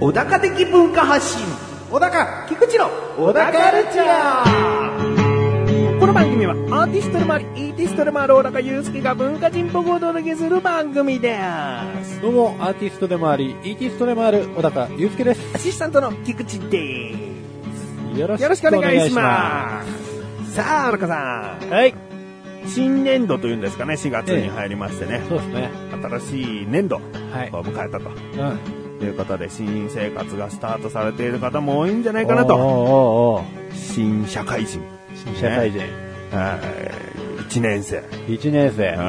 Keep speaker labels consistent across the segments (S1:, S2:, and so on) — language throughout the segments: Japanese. S1: 小高的文化発信小高菊池の小高ルチャーこの番組はアーティストでもありイーティストでもある小高祐介が文化人っぽくお届けする番組です
S2: どうも、アーティストでもあり、イーティストでもある、小高祐介です。
S1: アシスタントの菊池で
S2: よろ
S1: すよろしくお願いし
S2: ま
S1: ますさあ小高さ
S2: す。はい。
S1: ん新年度というんですかね4月に入りましてね、
S2: そうですね。
S1: 新しい年度を
S2: はい
S1: 迎えたと
S2: うん。な
S1: いうことで新生活がスタートされている方も多いんじゃないいかなと
S2: おーおーお
S1: 新社会人
S2: ー新社会人。
S1: はい一年生。
S2: 一年生。
S1: う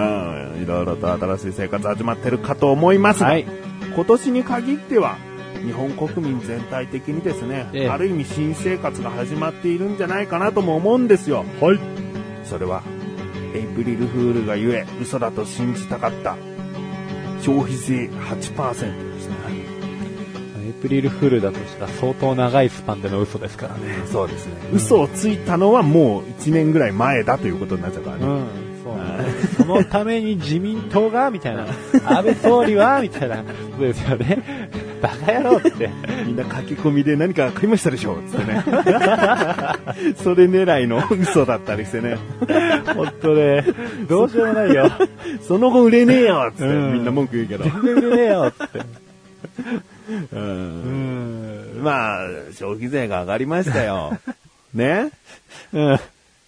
S1: ん。いろいろと新しい生活始まってるかと思いますが、
S2: はい
S1: 今年に限っては、日本国民全体的にですね、
S2: ええ
S1: ある意味新生活が始まっているんじゃないかなとも思うんですよ。
S2: はい。
S1: それは、エイプリルフールがゆえ、嘘だと信じたかった、消費税8%ですね。
S2: エイプリルフールだとしたら相当長いスパンでの嘘ですからね。
S1: そうですね。嘘をついたのはもう1年ぐらい前だということになっちゃうからね。
S2: ん。そうねそのために自民党が、みたいな。安倍総理は、みたいな。そうですよね。バカ野郎って。
S1: みんな駆け込みで何か買いましたでしょつって ね。それ狙いの嘘だったりしてね。
S2: 本当ね。どうしようもないよ。
S1: その後売れねえよつって
S2: うん
S1: みんな文句言うけ ど。
S2: 全然売れねえよ、つって。
S1: うん
S2: うん。
S1: まあ、消費税が上がりましたよ。ね
S2: うん。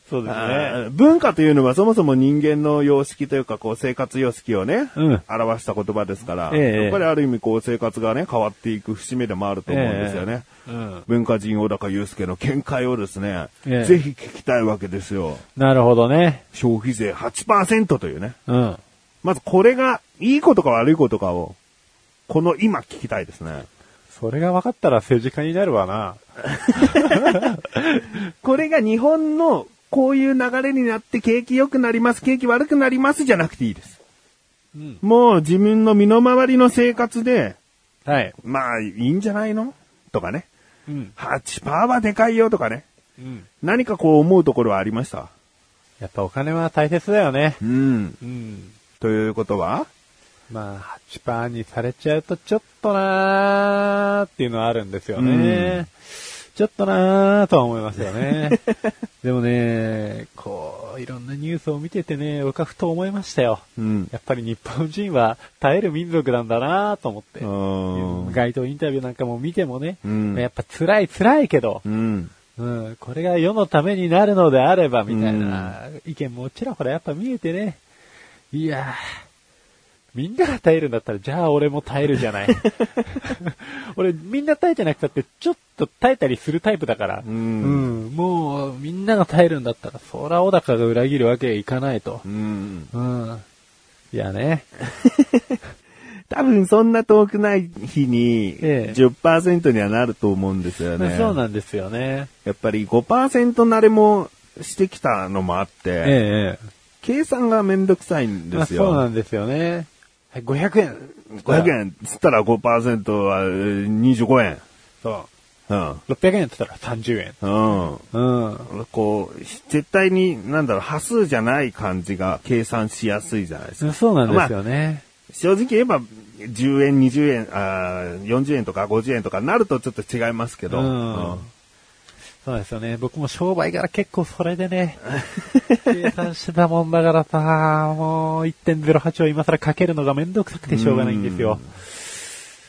S2: そうですね。
S1: あー文化というのはそもそも人間の様式というか、こう生活様式をね、
S2: うん
S1: 表した言葉ですから、
S2: ええ
S1: やっぱりある意味こう生活がね、変わっていく節目でもあると思うんですよね。
S2: うん。
S1: 文化人小高祐介の見解をですね、
S2: ええ
S1: ぜひ聞きたいわけですよ。
S2: なるほどね。
S1: 消費税8%というね。
S2: うん。
S1: まずこれがいいことか悪いことかを、この今聞きたいですね。
S2: それが分かったら政治家になるわな。
S1: これが日本のこういう流れになって景気良くなります、景気悪くなりますじゃなくていいです。
S2: うん。
S1: もう自分の身の回りの生活で、
S2: はい。
S1: まあいいんじゃないのとかね。
S2: うん。
S1: 8%はでかいよとかね。
S2: うん。
S1: 何かこう思うところはありました。
S2: やっぱお金は大切だよね。
S1: うん。
S2: うん。
S1: ということは
S2: まあ、8%にされちゃうとちょっとなーっていうのはあるんですよね。ちょっとなーとは思いますよ ね。でもね、こう、いろんなニュースを見ててね、僕はふと思いましたよ。
S1: うん。
S2: やっぱり日本人は耐える民族なんだなーと思って。
S1: うん。
S2: 街頭インタビューなんかも見てもね、
S1: うん
S2: やっぱ辛い辛いけど、
S1: うん。
S2: うん、これが世のためになるのであれば、みたいな意見もちらほらやっぱ見えてね、いやー、みんなが耐えるんだったら、じゃあ俺も耐えるじ ゃない。俺、みんな耐えてなくたって、ちょっと耐えたりするタイプだから、
S1: うん
S2: うんもう、みんなが耐えるんだったら、そら小高が裏切るわけいかないと
S1: う。ん。
S2: うん。いやね。
S1: 多分そんな遠くない日に
S2: ええ
S1: 10%にはなると思うんですよね。
S2: そうなんですよね。
S1: やっぱり5%慣れもしてきたのもあって、
S2: ええええ。
S1: 計算がめんどくさいんです
S2: まあそうな
S1: よ。
S2: んですよね。はい500円。
S1: 500円っつったら5%はえー25円。
S2: そ
S1: うん。
S2: う。600円って言ったら30円。
S1: うん。
S2: うん。
S1: こう、絶対に、なんだろう、波数じゃない感じが計算しやすいじゃないですか。
S2: そうなんですよね。
S1: 正直言えば、10円、20円、あー40円とか50円とかなるとちょっと違いますけど、
S2: うん
S1: うん
S2: そうですよね。僕も商売から結構それで ね、計算してたもんだからさ、もう1.08を今更かけるのがめんどくさくてしょうがないんですよ。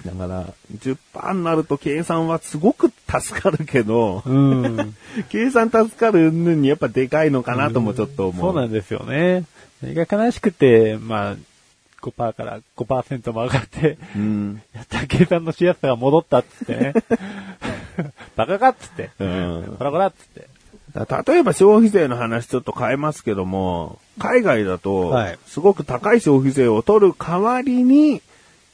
S1: だから、10%になると計算はすごく助かるけど、
S2: うん。
S1: 計算助かるのにやっぱでかいのかなともちょっと思う。
S2: そうなんですよね。それが悲しくて、まあ、5%から5%も上がって、
S1: うん。
S2: やった計算のしやすさが戻ったっつって ね。バカかっつって。
S1: うん
S2: こらこらっつって。
S1: だ例えば消費税の話ちょっと変えますけども、海外だと
S2: はい、
S1: すごく高い消費税を取る代わりに、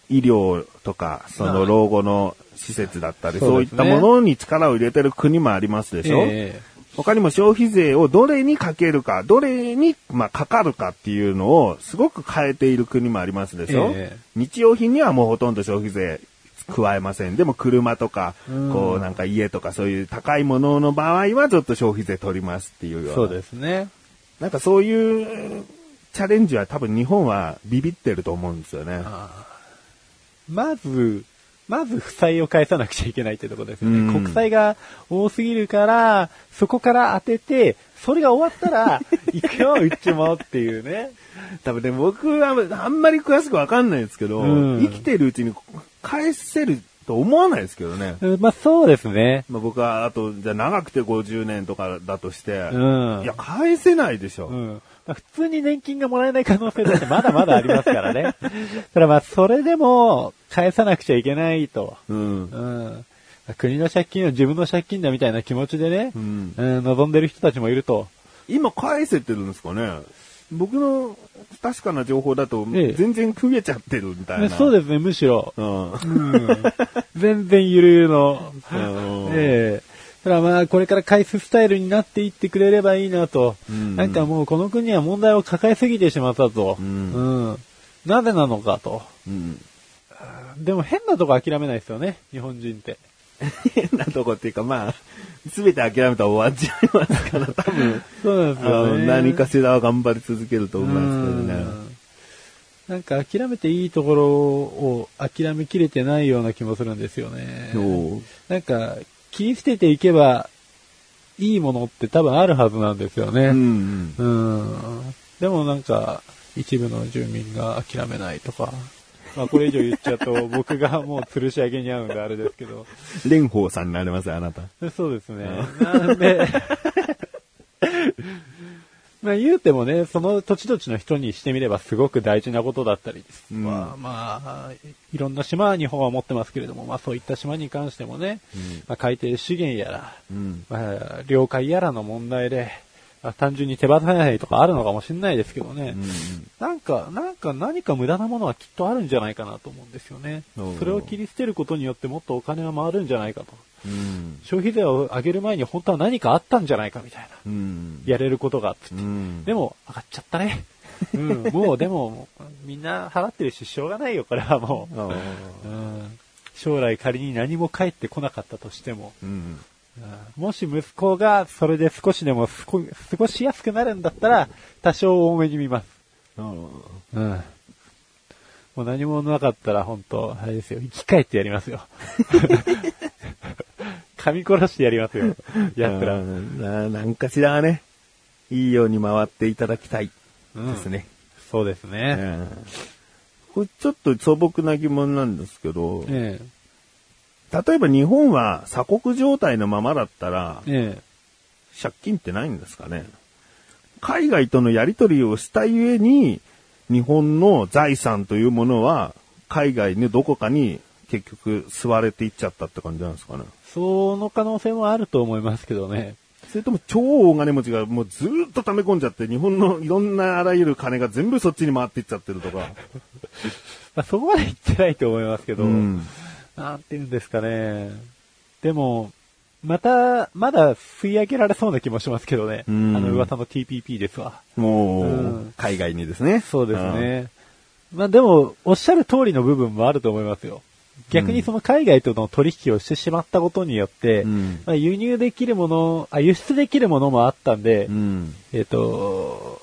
S1: 医療とか、その老後の施設だったり、
S2: そ
S1: そうう
S2: で
S1: いっ
S2: すね
S1: たものに力を入れてる国もありますでしょ、
S2: え
S1: 他にも消費税をどれにかけるか、どれに、まあ、かかるかっていうのをすごく変えている国もありますでしょ、
S2: ええ
S1: 日用品にはもうほとんど消費税加えません。でも車とか、
S2: うん
S1: こうなんか家とかそういう高いものの場合はちょっと消費税取りますっていうような。
S2: そうですね。
S1: なんかそういうチャレンジは多分日本はビビってると思うんですよね。
S2: まず、まず負債を返さなくちゃいけないってとこですよね。
S1: うん
S2: 国債が多すぎるから、そこから当てて、それが終わっ たら、行くよ、うちもっていうね。
S1: 多分ね、僕はあんまり詳しくわかんないですけど、
S2: うん
S1: 生きてるうちに返せると思わないですけどね。
S2: うんまあそうですね。
S1: まあ、僕はあと、じゃあ長くて50年とかだとして、
S2: うん
S1: いや、返せないでしょ。
S2: うん。まあ、普通に年金がもらえない可能性だってまだまだありますから ね。ただまあそれでも返さなくちゃいけないと。
S1: うん。
S2: うん。国の借金は自分の借金だみたいな気持ちでね、
S1: うん
S2: うん望んでる人たちもいると。
S1: 今返せてるんですかね僕の確かな情報だと、
S2: ええ
S1: 全然食えちゃってるみたいな。
S2: そうですね、むしろ。
S1: うん。
S2: 全然ゆるゆるの。
S1: うん
S2: ええただまあ、これから回数スタイルになっていってくれればいいなと。
S1: うん
S2: なんかもうこの国は問題を抱えすぎてしまったと。
S1: うん
S2: うんなぜなのかと。
S1: うん。
S2: でも変なとこ諦めないですよね、日本人って。
S1: 変なとこっていうか、まあ、すべて諦めたら終わっちゃいますから、多分。
S2: そうなんです
S1: あ
S2: よ
S1: の
S2: ね。
S1: 何かしらは頑張り続けると
S2: う
S1: 思います
S2: ん
S1: けどね。
S2: なんか諦めていいところを諦めきれてないような気もするんですよね。
S1: そう
S2: なんか、切り捨てていけばいいものって多分あるはずなんですよね。
S1: うん
S2: うんでもなんか、一部の住民が諦めないとか、まあこれ以上言っちゃうと僕がもう吊るし上げに合うんであれですけど、
S1: 蓮舫さんになれますよ、あなた。
S2: そうですね。なんで、 まあ言うてもね、その土地土地の人にしてみればすごく大事なことだったりですと
S1: う
S2: か、
S1: ん
S2: まあ、いろんな島は日本は持ってますけれども、まあそういった島に関してもね、まあ海底資源やら、
S1: うん。
S2: まあ、了解やらの問題で、まあ単純に手放せないとかあるのかもしれないですけどね、なんか、なんか何か無駄なものはきっとあるんじゃないかなと思うんですよね
S1: おう。
S2: それを切り捨てることによってもっとお金は回るんじゃないかと。
S1: うん。
S2: 消費税を上げる前に本当は何かあったんじゃないかみたいな。
S1: うん。
S2: やれることがあって。
S1: うん。
S2: でも、上がっちゃった ね。うん、もうでも、みんな払ってるし、しょうがないよ、これはも
S1: ああ
S2: う。うん、将来仮に何も返ってこなかったとしても、
S1: うん。
S2: もし息子がそれで少しでもすこ過ごしやすくなるんだったら、多少多めに見ます。
S1: ああ
S2: うん。もう何もなかったら本当、あれですよ、生き返ってやりますよ。 噛み殺してやりますよ、奴ら。
S1: ななんかしらはね、いいように回っていただきたいですね。
S2: そうですね。
S1: ええこれちょっと素朴な疑問なんですけど、
S2: ええ。
S1: 例えば日本は鎖国状態のままだったら、
S2: ええ。
S1: 借金ってないんですかね海外とのやり取りをしたゆえに、日本の財産というものは、海外のどこかに結局吸われていっちゃったって感じなんですかね
S2: その可能性もあると思いますけどね。
S1: それとも超大金持ちがもうずーっと溜め込んじゃって、日本のいろんなあらゆる金が全部そっちに回っていっちゃってるとか。
S2: まあ、そこまで言ってないと思いますけど、
S1: うん
S2: なんて言うんですかね。でも、また、まだ吸い上げられそうな気もしますけどね。
S1: うん
S2: あの噂の TPP ですわ。
S1: もう、
S2: うん
S1: 海外にですね。
S2: そうですね。まあでも、おっしゃる通りの部分もあると思いますよ。逆にその海外との取引をしてしまったことによって、
S1: うん
S2: まあ、輸入できるもの、あ、輸出できるものもあったんで、
S1: うん。うん。
S2: えっ、と、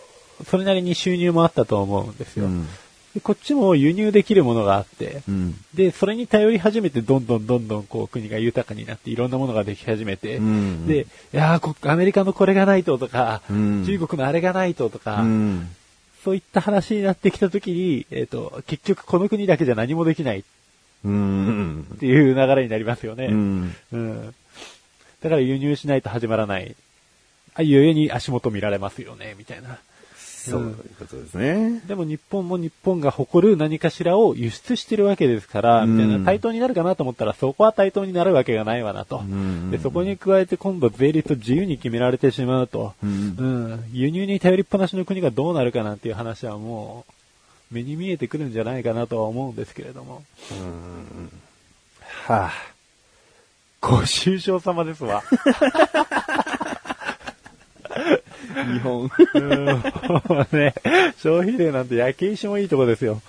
S2: それなりに収入もあったと思うんですよ、
S1: うん
S2: でこっちも輸入できるものがあって、
S1: うん。
S2: で、それに頼り始めて、どんどんどんどん、こう、国が豊かになって、いろんなものができ始めて、
S1: うん
S2: で、いやーこアメリカのこれがないととか、
S1: うん
S2: 中国のあれがないととか、
S1: うん。
S2: そういった話になってきたときに、えっ、と、結局この国だけじゃ何もできないっ
S1: うん。
S2: ていう流れになりますよね。
S1: うん。
S2: うんだから輸入しないと始まらない。あ、ゆえに足元見られますよね、みたいな。
S1: そういうことですね。
S2: でも日本も日本が誇る何かしらを輸出してるわけですから、みた
S1: う
S2: い
S1: ん
S2: な対等になるかなと思ったら、そこは対等になるわけがないわなと。
S1: ん
S2: でそこに加えて今度税率を自由に決められてしまうと、
S1: うん
S2: うん輸入に頼りっぱなしの国がどうなるかなんていう話はもう、目に見えてくるんじゃないかなとは思うんですけれども。はぁ、ご愁傷様で すわ。
S1: 日本。
S2: うんもうね、消費税なんて焼け石もいいとこですよ。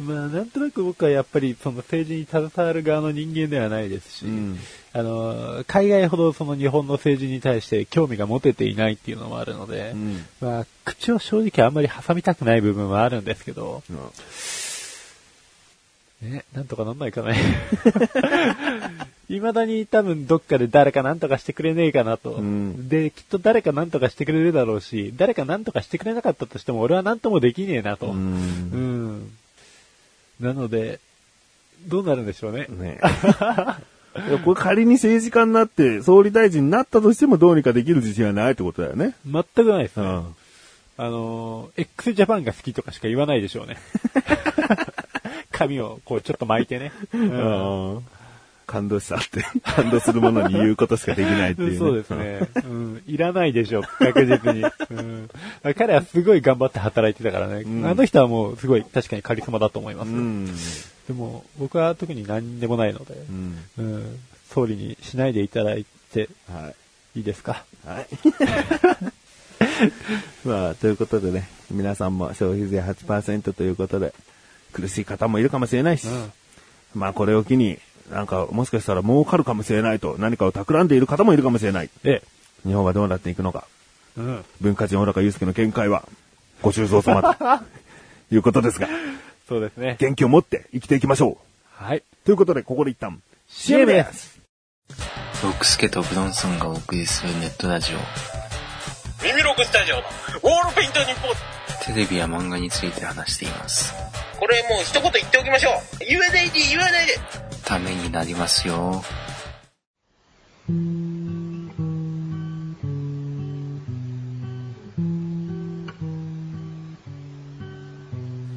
S2: うんまあ、なんとなく僕はやっぱりその政治に携わる側の人間ではないですし、
S1: うん
S2: あの海外ほどその日本の政治に対して興味が持てていないっていうのもあるので、
S1: うん
S2: まあ、口を正直あんまり挟みたくない部分はあるんですけど、ね、なんとかなんないかね。 いまだに多分どっかで誰かなんとかしてくれねえかなと、
S1: うん
S2: で、きっと誰かなんとかしてくれるだろうし、誰かなんとかしてくれなかったとしても俺はなんともできねえなと。
S1: うん
S2: うんなので、どうなるんでしょうね。
S1: ねいやこれ仮に政治家になって、総理大臣になったとしてもどうにかできる自信はないってことだよね。
S2: 全くないですね。
S1: ん。
S2: あのー、x ジャパンが好きとかしか言わないでしょうね。 髪をこうちょっと巻いてね。うん
S1: うん感動したって。感動するものに言うことしかできないっていう、
S2: そうです。ね。うん。いらないでしょ、確実に。うん。彼はすごい頑張って働いてたからね。
S1: うん
S2: あの人はもうすごい確かにカリスマだと思いま
S1: う
S2: す。
S1: ん。
S2: でも、僕は特に何でもないので、
S1: うん。
S2: うん。総理にしないでいただいて
S1: はい。
S2: いいですか。
S1: はい。まあ、ということでね、皆さんも消費税8%ということで、苦しい方もいるかもしれないし、
S2: うん
S1: まあこれを機に、なんかもしかしたら儲かるかもしれないと、何かを企んでいる方もいるかもしれない。
S2: ええ。
S1: 日本はどうなっていくのか、
S2: うん。
S1: 文化人小高祐介の見解は、ご愁傷様と いうことですが、
S2: そうですね。
S1: 元気を持って生きていきましょう。
S2: はい。
S1: ということで、ここで一旦、
S2: CM です
S3: ロックスケとブロンソンがお送りするネットラジオ。
S4: ミミロクスタジオのオールペイント日本
S3: テレビや漫画について話しています。
S4: これもう一言言っておきましょう USAD USAD
S3: ためになりますよ。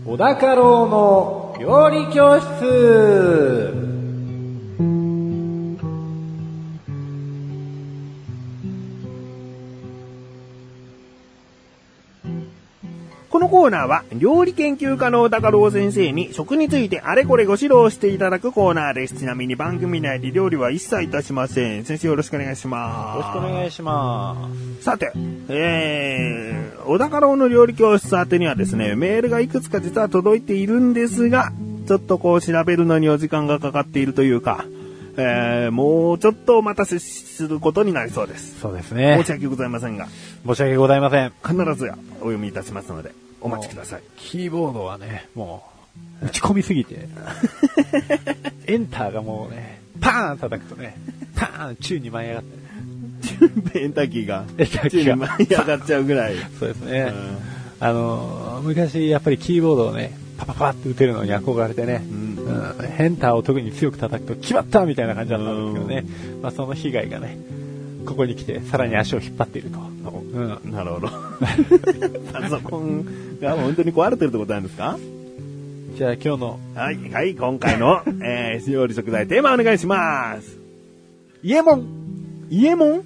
S2: 小高郎の料理教室
S1: このコーナーは、料理研究家の小高郎先生に食についてあれこれご指導していただくコーナーです。ちなみに番組内で料理は一切いたしません。先生よろしくお願いし
S2: よろしくお
S1: ま。
S2: 願いします
S1: さて、えー、小高郎の料理教室宛てにはですね、メールがいくつか実は届いているんですが、ちょっとこう調べるのにお時間がかかっているというか、えー、もうちょっとお待たせすることになりそうです。
S2: す。そうです
S1: 申
S2: ね
S1: し。訳ございませんが、
S2: 申し訳ございません。
S1: 必ずやお読みいたしますので、お待ちください。
S2: キーボードはね、もう、打ち込みすぎ て、エンターがもうね、パーン叩くとね、パーン宙に舞い上がってね、
S1: エンタキーが、
S2: エンタキー
S1: 宙
S2: が
S1: に舞い上がっちゃうぐらい。
S2: そうですね。あのー、昔やっぱりキーボードをね、パパパって打てるのに憧れてね、
S1: ん
S2: うんヘンターを特に強く叩くと、決まったみたいな感じだったんですけどね、まあその被害がね、ここに来て、さらに足を引っ張っていると。うん。
S1: なるほど。パソコンが本当に壊れてるってことなんですか
S2: じゃあ今日の、
S1: はい、はい、今回の、えー、使用理食材テーマお願いします。
S2: イエモン
S1: イエモン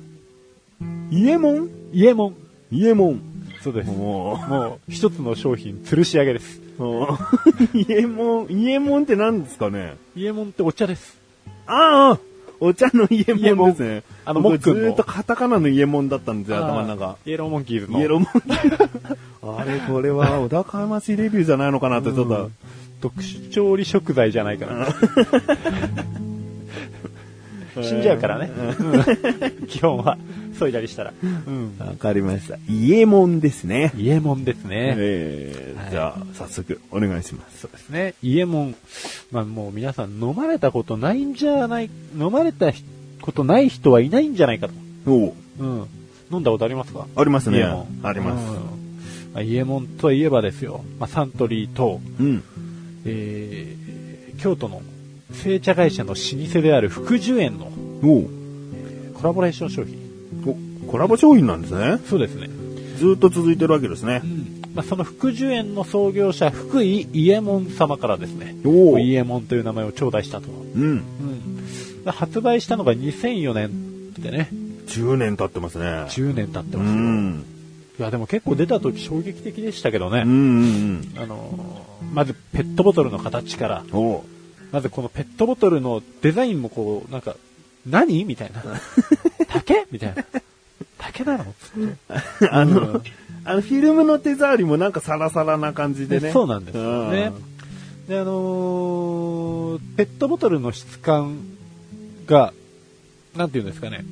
S1: イエモン
S2: イエモン
S1: イエモン。
S2: そうです。
S1: も
S2: もう、一つの商品、吊るし上げです。
S1: う、もうイエモン、イエモンって何ですかね
S2: イエモンってお茶です。
S1: ああお茶のイ
S2: イエ
S1: エモ
S2: モ
S1: ン
S2: ン
S1: ですね。
S2: あの
S1: 僕
S2: もっくんの
S1: ずーっとカタカナのイエモンだったんですよ、頭の中。。
S2: イエローモンキーズの。
S1: イエローモンキ ー。あれ、これは小高山市レビューじゃないのかなってちょっと。
S2: 特殊調理食材じゃないかな。死んじゃうからね。 基本は、削いだりしたら。うん。
S1: わかりました。イエモンですね。
S2: イエモンですね。
S1: えーじゃあ、早速、お願いします。
S2: そうですね。イエモン。まあもう皆さん飲まれたことないんじゃない、飲まれたことない人はいないんじゃないかと。
S1: おう
S2: うん。飲んだことありますか
S1: あります
S2: イ
S1: ね。
S2: エモン。
S1: あります。
S2: うんまあ、イエモンといえばですよ。まあサントリーと、
S1: うん。
S2: えー京都の製茶会社の老舗である福寿園の
S1: おう
S2: コラボレーション商品。
S1: おコラボ商品なんですね。
S2: そうですね。
S1: ずーっと続いてるわけですね。
S2: まあ、その福寿園の創業者、福井伊右衛門様からですね、
S1: おう
S2: 伊右衛門という名前を頂戴したと。
S1: うん。
S2: で発売したのが2004年でね、
S1: 10年経ってますね。
S2: 10年経って
S1: う
S2: ますよ。
S1: ん。
S2: いや、でも結構出た時衝撃的でしたけ
S1: う
S2: ど
S1: んう
S2: ね、
S1: ん
S2: あのーまずペットボトルの形から、
S1: うん。おう
S2: まずこのペットボトルのデザインもこう、なんか、何みたいな。 竹みたいな。竹なの
S1: あの、あの、フィルムの手触りもなんかサラサラな感じでね。
S2: そうなんですよね
S1: うん。
S2: であのーペットボトルの質感が、なんていうんですかね、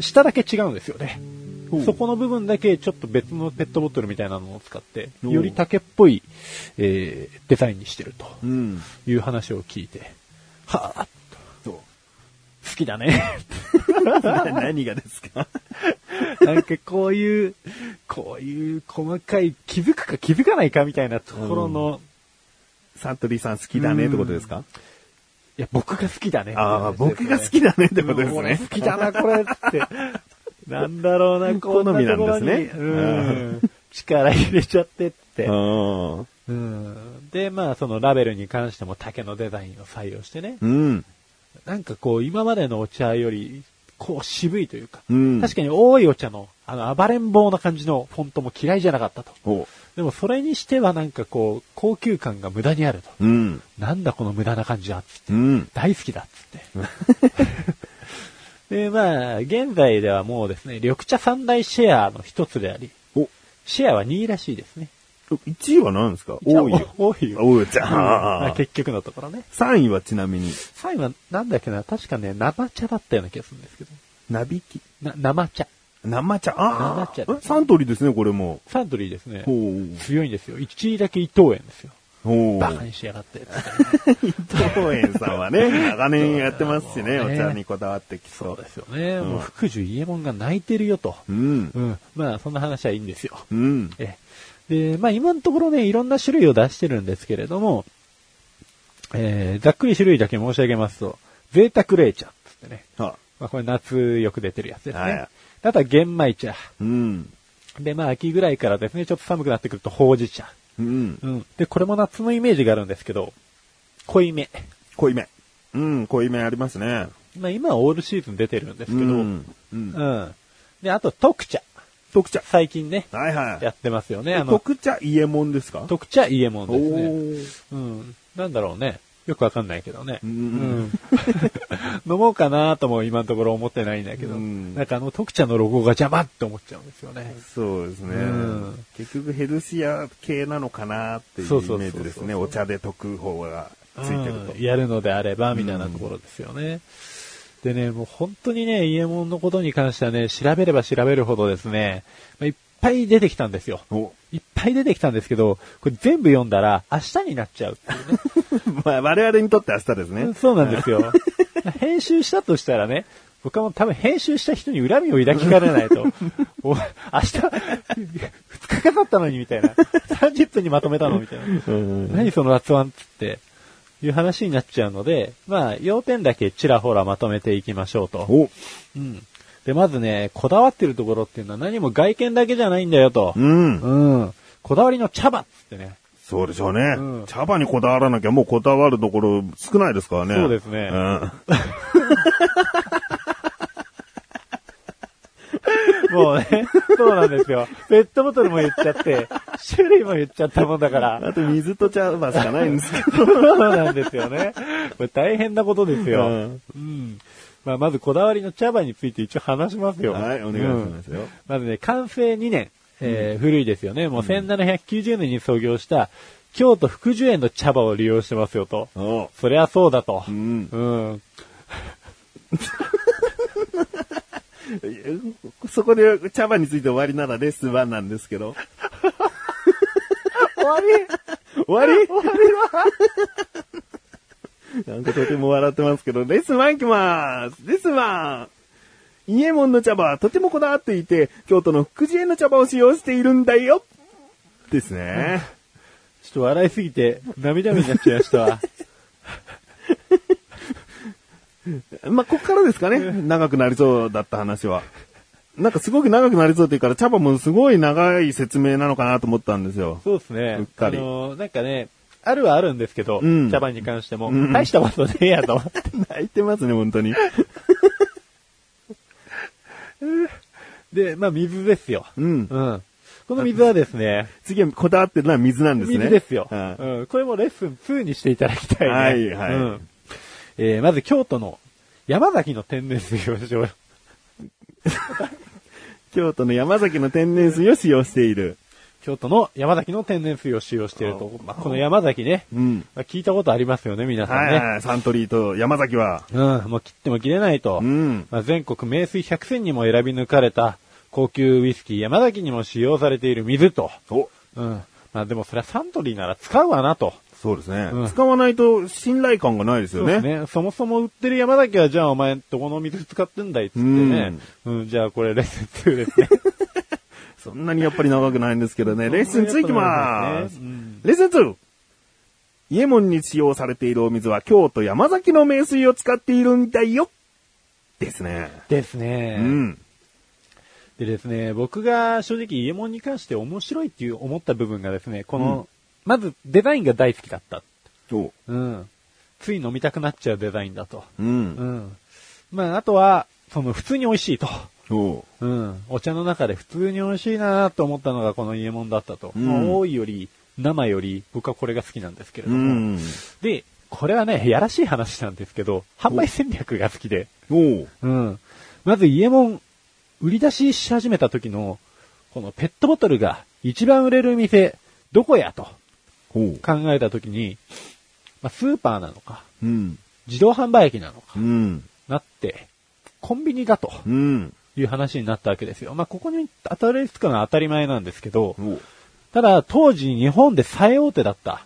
S2: 下だけ違うんですよね。そこの部分だけちょっと別のペットボトルみたいなのを使って、
S1: おう
S2: より竹っぽい、えーデザインにしてると
S1: うん。
S2: いう話を聞いて、はぁ、
S1: そ
S2: 好きだね。
S1: う。何がですか
S2: なんかこういう、こういう細かい気づくか気づかないかみたいなところの、
S1: サントリーさん好きだねってことですか
S2: いや、僕が好きだね。
S1: ああ、僕が好きだねってことです
S2: 俺
S1: ね
S2: 好。きだな、こ れって。なんだろうな、こ
S1: 好みなんですね
S2: ところにうん。力入れちゃってって。
S1: うん
S2: うん。で、まあ、そのラベルに関しても竹のデザインを採用してね。
S1: うん。
S2: なんかこう、今までのお茶より、こう渋いというか。
S1: うん
S2: 確かに多いお茶の、あの、暴れん坊な感じのフォントも嫌いじゃなかったと。
S1: お
S2: でもそれにしてはなんかこう、高級感が無駄にあると。
S1: うん。
S2: なんだこの無駄な感じは、つって。
S1: うん。
S2: 大好きだっつって。 で、まあ、現在ではもうですね、緑茶三大シェアの一つであり、
S1: お、
S2: シェアは2位らしいですね。
S1: 1位は何ですか多いよ。
S2: お多いよ。
S1: 多いじ
S2: ま
S1: ゃ
S2: あ
S1: ん。
S2: 結局のところね。
S1: 3位はちなみに、
S2: 3位はなんだっけな、確かね、生茶だったような気がするんですけど。
S1: なびき。
S2: な生茶。
S1: 生茶。あ
S2: 生茶
S1: あ。えサントリーですね、これも。
S2: サントリーですね。
S1: ほう。
S2: 強いんですよ。1位だけ伊藤園ですよ。
S1: ほう。
S2: バカにしやがって。
S1: 伊藤園さんは ね、長年やってますしね、
S2: そう
S1: お
S2: ね
S1: 茶にこだわってきそう。
S2: ですよね。
S1: ん
S2: もう福寿伊右衛門が泣いてるよと。
S1: うん。
S2: うん。まあ、そんな話はいいんですよ。
S1: うん。
S2: ええで、まあ今のところね、いろんな種類を出してるんですけれども、えー、ざっくり種類だけ申し上げますと、贅沢冷茶っつってね。
S1: あ、
S2: まあこれ夏よく出てるやつですね。
S1: はい
S2: あとは玄米茶。
S1: うん。
S2: で、まあ秋ぐらいからですね、ちょっと寒くなってくるとほうじ茶。
S1: うん。
S2: うん。で、これも夏のイメージがあるんですけど、濃いめ。
S1: 濃いめ。うん、濃いめありますね。
S2: まあ今はオールシーズン出てるんですけど、
S1: うん。うん。
S2: うん。で、あと特茶。
S1: 特茶。
S2: 最近ね、
S1: はいはい。
S2: やってますよね。あの、
S1: 特茶伊右衛門ですか
S2: 特茶伊右衛門ですね。
S1: ー
S2: うん。なんだろうね。よくわかんないけどね。
S1: うん
S2: ん 飲もうかなとも今のところ思ってないんだけど、
S1: うん
S2: なんかあの特茶のロゴが邪魔って思っちゃうんですよね。
S1: そうですね
S2: うん。
S1: 結局ヘルシア系なのかなっていうイメ
S2: そうそうそうそう
S1: ージですね。お茶で溶く方がついてると
S2: うん。やるのであれば、みたいなところですよね。でね、もう本当にね、伊右衛門のことに関してはね、調べれば調べるほどですね、まあいっぱい出てきたんですよ。
S1: お
S2: いっぱい出てきたんですけど、これ全部読んだら明日になっちゃうっていうね。
S1: まあ我々にとって明日ですね。
S2: そうなんですよ。 編集したとしたらね、僕はもう多分編集した人に恨みを抱きかねないと。 お明日、2日かかったのにみたいな。30分にまとめたのみたいな。
S1: うん。
S2: 何その雑音っつって、いう話になっちゃうので、まあ、要点だけちらほらまとめていきましょうと。
S1: お
S2: うん。で、まずね、こだわってるところっていうのは何も外見だけじゃないんだよと
S1: う。ん。
S2: うん。こだわりの茶葉っつってね。
S1: そうでしょうね、
S2: うん
S1: 茶葉にこだわらなきゃもうこだわるところ少ないですからね。
S2: そうですね
S1: うん。
S2: もうね、そうなんですよ。ペットボトルも言っちゃって、種類も言っちゃったもんだから。
S1: あと水と茶葉しかないんですけど。
S2: そうなんですよね。これ大変なことですよ。
S1: う
S2: うん
S1: ん。
S2: まあ、まずこだわりの茶葉について一応話しますよ。
S1: はい、お願いし
S2: うん
S1: ますよ。
S2: まずね、完成2年、えー古いですよね。もう1790年に創業した、京都福寿園の茶葉を利用してますよと。
S1: お
S2: そりゃそうだと。
S1: ん
S2: うん。
S1: そこで茶葉について終わりならレッスン1なんですけど。
S2: 終わり
S1: 終わり終わりはなんかとても笑ってますけど、レッスン1行きますレッスン 1! 伊右衛門の茶葉はとてもこだわっていて、京都の福寺園の茶葉を使用しているんだよですね。
S2: ちょっと笑いすぎて、涙目になっちゃいましたわ。
S1: まあ、こっからですかね。長くなりそうだった話は。なんかすごく長くなりそうっていうから、茶葉もすごい長い説明なのかなと思ったんですよ。
S2: そうですね。
S1: うっかり
S2: あのーなんかね、あるはあるんですけど、
S1: うん
S2: 茶番に関しても、
S1: うん
S2: 大したことねえやと思って。
S1: 泣いてますね、本当に。
S2: で、まあ水ですよ。
S1: うん。
S2: うん。この水はですね、
S1: 次はこだわってるのは水なんですね。
S2: 水ですよ、
S1: はい
S2: うん。これもレッスン2にしていただきたいね。
S1: はいはい
S2: うんえーまず京都の山崎の天然水を使用。
S1: 京都の山崎の天然水を使用している。
S2: 京都の山崎の天然水を使用していると。まあ、この山崎ね、
S1: うん。
S2: まあ、聞いたことありますよね、皆さんね。
S1: はい、サントリーと山崎は。
S2: うん、もう切っても切れないと。
S1: うん。
S2: まあ、全国名水百選にも選び抜かれた高級ウイスキー山崎にも使用されている水と。
S1: お、
S2: うん。まあでもそれはサントリーなら使うわなと。
S1: そうですね、
S2: うん
S1: 使わないと信頼感がないですよ
S2: そうで
S1: ね。
S2: すね。そもそも売ってる山崎はじゃあお前どこの水使ってんだいっつってね。うん、じゃあこれレッスン2ですね。
S1: そんなにやっぱり長くないんですけどね。 レッスン2いきまーす。
S2: そうなん
S1: レッスン 2! イエモンに使用されているお水は京都山崎の名水を使っているみたいよですね。
S2: ですね。
S1: うん。
S2: でですね、僕が正直イエモンに関して面白いっていう思った部分がですね、この、まずデザインが大好きだった。
S1: そう。
S2: うん。つい飲みたくなっちゃうデザインだと。
S1: う。
S2: うんん。まああとは、その普通に美味しいと。
S1: そ
S2: うん。お茶の中で普通に美味しいなと思ったのがこの伊右衛門だったと。
S1: うん
S2: まあ多いより、生より、僕はこれが好きなんですけれ
S1: う。
S2: ども。。で、これはね、やらしい話なんですけど、販売戦略が好きで。
S1: おう。
S2: うん。まず伊右衛門、売り出しし始めた時の、このペットボトルが一番売れる店、どこやと
S1: おう。
S2: 考えた時に、まあ、スーパーなのか、
S1: うん。
S2: 自動販売機なのか、
S1: うん。
S2: なって、コンビニだと
S1: うん。
S2: いう話になったわけですよ。まあ、ここに当たりつくのは当たり前なんですけど、
S1: おう。
S2: ただ、当時日本で最大手だった、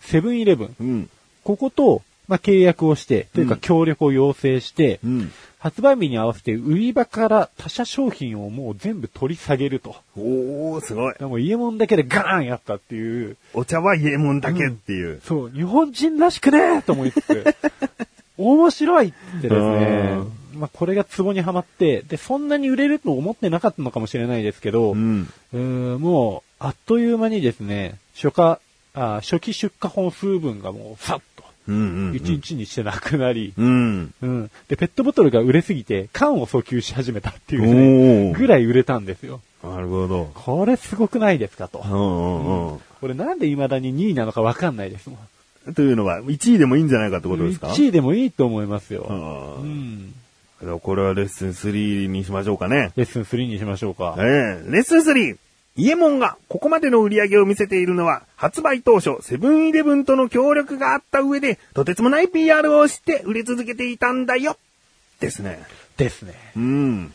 S2: セブンイレブン。
S1: うん。
S2: ここと、まあ、契約をして、というか協力を要請して、
S1: うん。
S2: 発売日に合わせて売り場から他社商品をもう全部取り下げると。
S1: おー、すごい
S2: だか。らもう家門だけでガーンやったっていう、
S1: お茶はイエモンだけっていう。
S2: そう、日本人らしくねーと思いつつ、 面白いってですね、まあ、これがツボにはまって、で、そんなに売れると思ってなかったのかもしれないですけど、
S1: ん。
S2: うーんもう、あっという間にですね、初夏、あ初期出荷本数分がもう、さっと、
S1: うんうんうん。
S2: 1日にしてなくなり、
S1: うん。
S2: うん、で、ペットボトルが売れすぎて、缶を訴求し始めたっていうです
S1: お
S2: ね、
S1: ー
S2: ぐらい売れたんですよ。
S1: なるほど。
S2: これすごくないですかと
S1: う。んうん
S2: これなんで未だに2位なのかわかんないですもん。
S1: うん。というのは、1位でもいいんじゃないかってことですか
S2: 1位でもいいと思いますよ。
S1: あ
S2: う
S1: ー
S2: ん。
S1: じゃあこれはレッスン3にしましょうかね。
S2: レッスン3にしましょうか
S1: ええ。レッスン 3! イエモンがここまでの売り上げを見せているのは、発売当初、セブンイレブンとの協力があった上で、とてつもない PR をして売れ続けていたんだよですね。
S2: ですね。
S1: うん。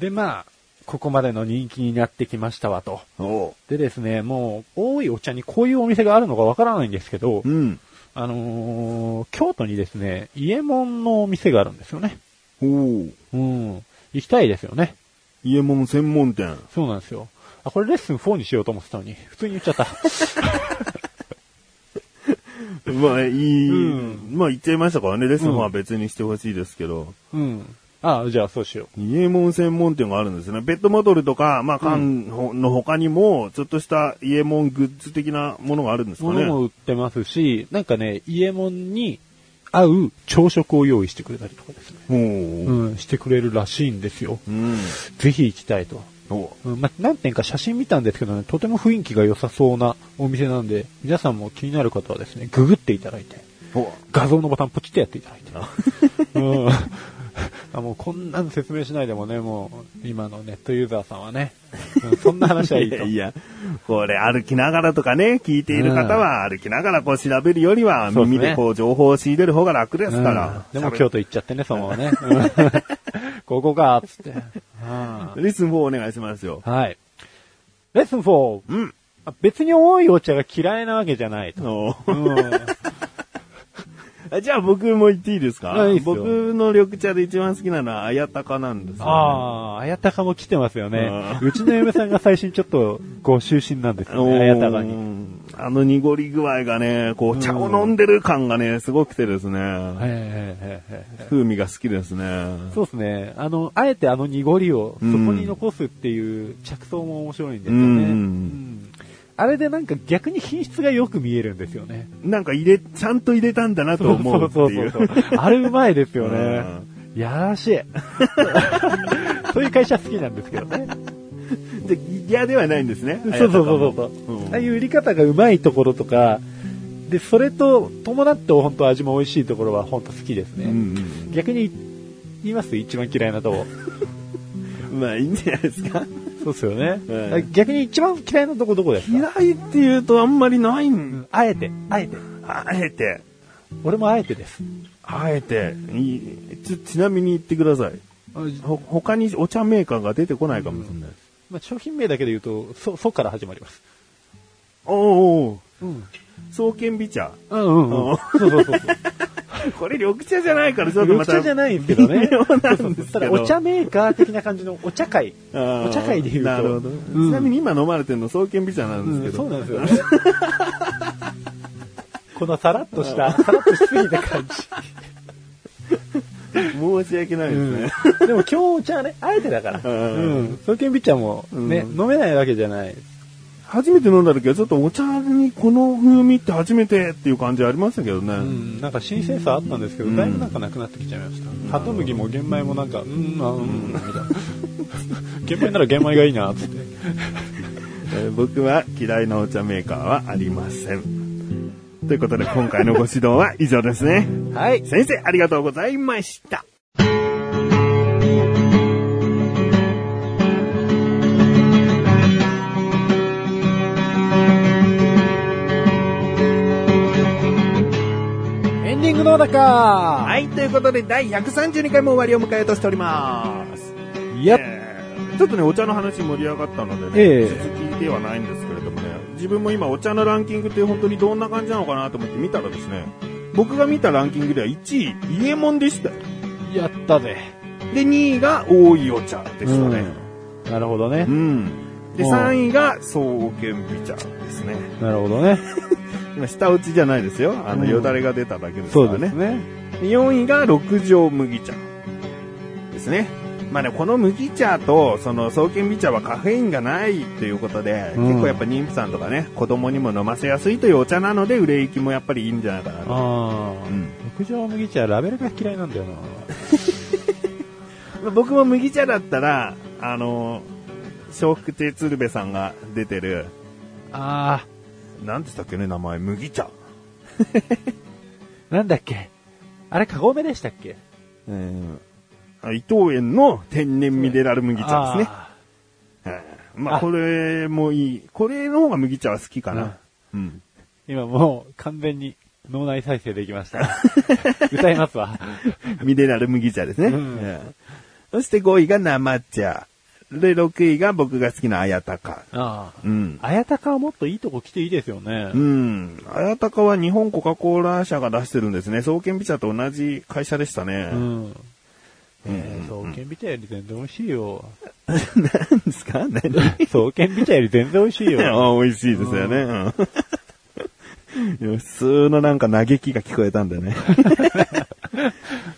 S2: で、まあ、ここまでの人気になってきましたわと。
S1: お
S2: でですね、もう、多いお茶にこういうお店があるのかわからないんですけど、
S1: ん。
S2: あのー京都にですね、伊右衛門のお店があるんですよね。
S1: おお。
S2: うん。行きたいですよね。
S1: イエモン専門店。
S2: そうなんですよ。あ、これレッスン4にしようと思ってたのに、普通に言っちゃ った。
S1: まあ、いい、
S2: う
S1: まあ言っちゃいましたからね。レッスン
S2: うん
S1: は別にしてほしいですけど。
S2: うん。あ、じゃあそうしよ
S1: イエモン専門店があるんですね。ペットボトルとか、まあ缶の他にも、ちょっとしたイエモングッズ的なものがあるんです
S2: う。
S1: か
S2: 物
S1: ね。
S2: も売ってますし、なんかね、伊右衛門に合う朝食を用意してくれたりとかですね。
S1: お
S2: う
S1: ー
S2: ん、してくれるらしいんですよ。
S1: うん。
S2: ぜひ行きたいと。
S1: おう
S2: うん、まあ、何点か写真見たんですけどね、とても雰囲気が良さそうなお店なんで、皆さんも気になる方はですね、ググっていただいて、
S1: お
S2: 画像のボタンポチってやっていただいて。うん。あもうこんなん説明しないでもね、もう、今のネットユーザーさんはね、うんそんな話はいいと。
S1: いや、これ歩きながらとかね、聞いている方は歩きながらこう調べるよりは、
S2: そうです
S1: 耳
S2: ね
S1: でこう情報を仕入れる方が楽ですから。
S2: うんでも京都行っちゃってね、そのままね。うんここか、つって。うん
S1: レッスン4お願いしますよ。
S2: はい。レッスン 4!
S1: うん。
S2: あ別に多いお茶が嫌いなわけじゃないと。
S1: お
S2: う
S1: ー
S2: ん。
S1: じゃあ僕も言っていいですか
S2: あいいですよ
S1: 僕の緑茶で一番好きなのは、あやたかなんですよ
S2: ああ、あやたかも来てますよね。
S1: う
S2: うちの嫁さんが最新ちょっとご就寝な んですよね、あやたか
S1: う
S2: に。
S1: んあの濁り具合がね、こう、茶を飲んでる感がね、すごくてですね、
S2: はいはいはいはいはい
S1: 風味が好きですね。
S2: そうですね。あの、あえてあの濁りをそこに残すっていう着想も面白いんですよね。
S1: うん
S2: うんあれでなんか逆に品質がよく見えるんですよね。
S1: なんか入れ、ちゃんと入れたんだなと思うっていう。
S2: そうそうそうそうあれうまいですよね。やらしい。そういう会 社好きなんですけどね。
S1: で嫌ではないんですね。
S2: そうそうそうそう。
S1: うん
S2: ああいう売り方がうまいところとか、で、それと伴って本当味も美味しいところは本当好きです
S1: う
S2: ね。
S1: ん
S2: 逆に言います一番嫌いなとこ。
S1: うん。まあいいんじゃないですか。
S2: そうですよね、
S1: え
S2: 逆に一番嫌いなとこどこですか
S1: 嫌いって言うとあんまりないん。
S2: あえて、あえて。
S1: あえて、
S2: 俺もあえてです。
S1: あえて、いちちなみに言ってください。ほ、他にお茶メーカーが出てこないかもしれないです。
S2: まあ、商品名だけで言うと、そ、そから始まります。
S1: おうおう
S2: うん。
S1: 創建美茶。
S2: うんうんうん。そうそうそうそう。
S1: これ緑茶じゃないから、ちょっとま
S2: 緑
S1: た。
S2: 茶じゃないんですけ どね。
S1: 微妙なんですけど
S2: ただお茶メーカー的な感じのお茶会。
S1: あー
S2: お茶会で言うと。
S1: なるほど、
S2: うん
S1: ちなみに今飲まれてるの創建美茶なんですけど。
S2: うんそうなんですよね。 このさらっとした、さらっとしすぎた感じ。
S1: 申し訳ないですね。
S2: でも今日お茶はね、あえてだから。
S1: うん
S2: うん。そういうピッチャーもね、
S1: うん
S2: 飲めないわけじゃない。
S1: 初めて飲んだ時はちょっとお茶にこの風味って初めてっていう感じありましたけどね。
S2: うん。なんか新鮮さあったんですけど、
S1: うん
S2: だいぶなんかなくなってきちゃいました。ハトムギも玄米もなんか、うん、あうん、みたいな。 玄米なら玄米がいいな、つって。
S1: えー僕は嫌いなお茶メーカーはありません。ということで今回のご指導は以上ですね。
S2: はい。
S1: 先生ありがとうございました。
S2: エンディングのだか
S1: はい、ということで第132回も終わりを迎えようとしております。
S2: いや、
S1: えーちょっとね、お茶の話盛り上がったのでね、
S2: ええ
S1: 続きではないんですけれどもね、自分も今お茶のランキングって本当にどんな感じなのかなと思って見たらですね、僕が見たランキングでは1位、伊右衛門でしたよ。
S2: やったぜ。
S1: で、2位が大井お茶でしたね。
S2: なるほどね
S1: う。ん。で、
S2: うん
S1: 3位が創建美茶ですね。
S2: なるほどね。
S1: 今、下打ちじゃないですよ。あの、
S2: うん
S1: よだれが出ただけですか
S2: そう
S1: ら
S2: です
S1: ね。
S2: ね。
S1: で4位が六条麦茶ですね。まあね、この麦茶と、その、創建美茶はカフェインがないということで、
S2: うん
S1: 結構やっぱ妊婦さんとかね、子供にも飲ませやすいというお茶なので、売れ行きもやっぱりいいんじゃないかなと。
S2: ああ。
S1: うん
S2: 六条麦茶、ラベルが嫌いなんだよな。
S1: まあ僕も麦茶だったら、あの、笑福亭鶴瓶さんが出てる、
S2: あ
S1: なんて言ったっけね、名前、麦茶。
S2: あ、なんだっけ。あれ、カゴメでしたっけ
S1: あ伊藤園の天然ミネラル麦茶ですね。
S2: あ
S1: はいまあ、
S2: あ
S1: これもいい。これの方が麦茶は好きかな。うん。
S2: ー今もう完全に脳内再生できました。 歌いますわ。
S1: ミネラル麦茶ですね。
S2: うん
S1: うんそして5位が生茶。で、6位が僕が好きな綾鷹。
S2: ああ。
S1: うん。
S2: あやたかはもっといいとこ来ていいですよね
S1: う。ん。綾鷹は日本コカ・コーラ社が出してるんですね。創建美茶と同じ会社でしたね。
S2: うん。え
S1: うん
S2: ー、創建美茶より全然美味しいよ。
S1: 何ですか何
S2: 創建美茶より全然美味しい よ。
S1: あ 美味しいですよね。うん いや普通のなんか嘆きが聞こえたんだよね。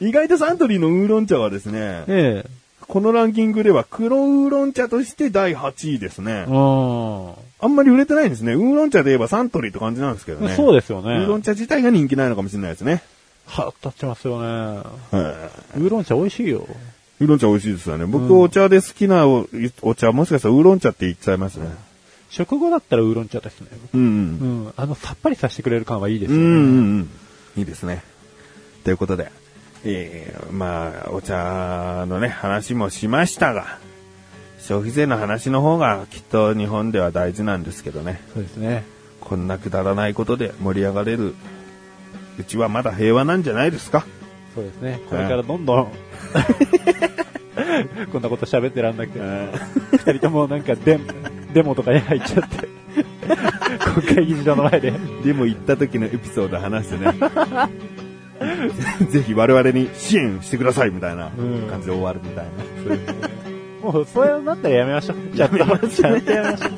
S1: 意外とサントリーのウーロン茶はですね、
S2: ええ。
S1: このランキングでは黒ウーロン茶として第8位ですね。
S2: うん。
S1: あんまり売れてないんですね。ウーロン茶で言えばサントリーって感じなんですけどね。
S2: そう
S1: で
S2: ですよ
S1: ウーロン
S2: ね。
S1: 茶自体が人気ないのかもしれないですね。
S2: 腹立ってますよね。
S1: は
S2: ウーロン茶美味しいよ。
S1: いウーロン茶美味しいですよね。僕、
S2: うん
S1: お茶で好きなおお茶、もしかしたらウーロン茶って言っちゃいますね。
S2: 食後だったらウーロン茶ですね。
S1: うん
S2: うん。あの、さっぱりさせてくれる感はいいで
S1: うん。うん
S2: すよ
S1: う
S2: ね。
S1: んうん。いいですね。ということで、えー、まあ、お茶のね、話もしましたが、消費税の話の方がきっと日本では大事なんですけどね。
S2: そうですね。
S1: こんなくだらないことで盛り上がれるうちはまだ平和なんじゃないですか
S2: そうですね。これからどんど ん、こんなこと喋ってらんなくて、二人ともなんかデモ、デモとかに入っちゃって、国会議事堂の前で、
S1: でも行った時のエピソード話してね ぜひ我々に支援してくださいみたいな
S2: うん
S1: 感じで終わるみたいな、
S2: もうそうなったらやめましょう。ちゃんと、ちゃんとやめましょう。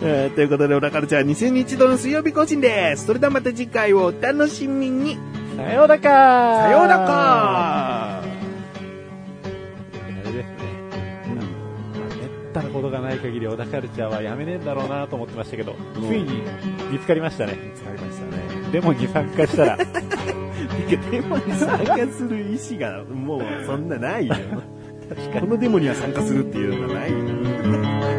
S1: えーということでおラカルチャー2000日度の水曜日更新ですそれではまた次回をお楽しみに
S2: さようならか
S1: さようなら
S2: あれですね。めったなことがない限り、小田カルチャーはやめねえんだろうなと思ってましたけど、
S1: ん
S2: ついに見つかりましたね。
S1: 疲れましたね
S2: デモに参加 したら、
S1: デモに参加する意思 がもうそんなないよこのデモには参加するっていうのはないよ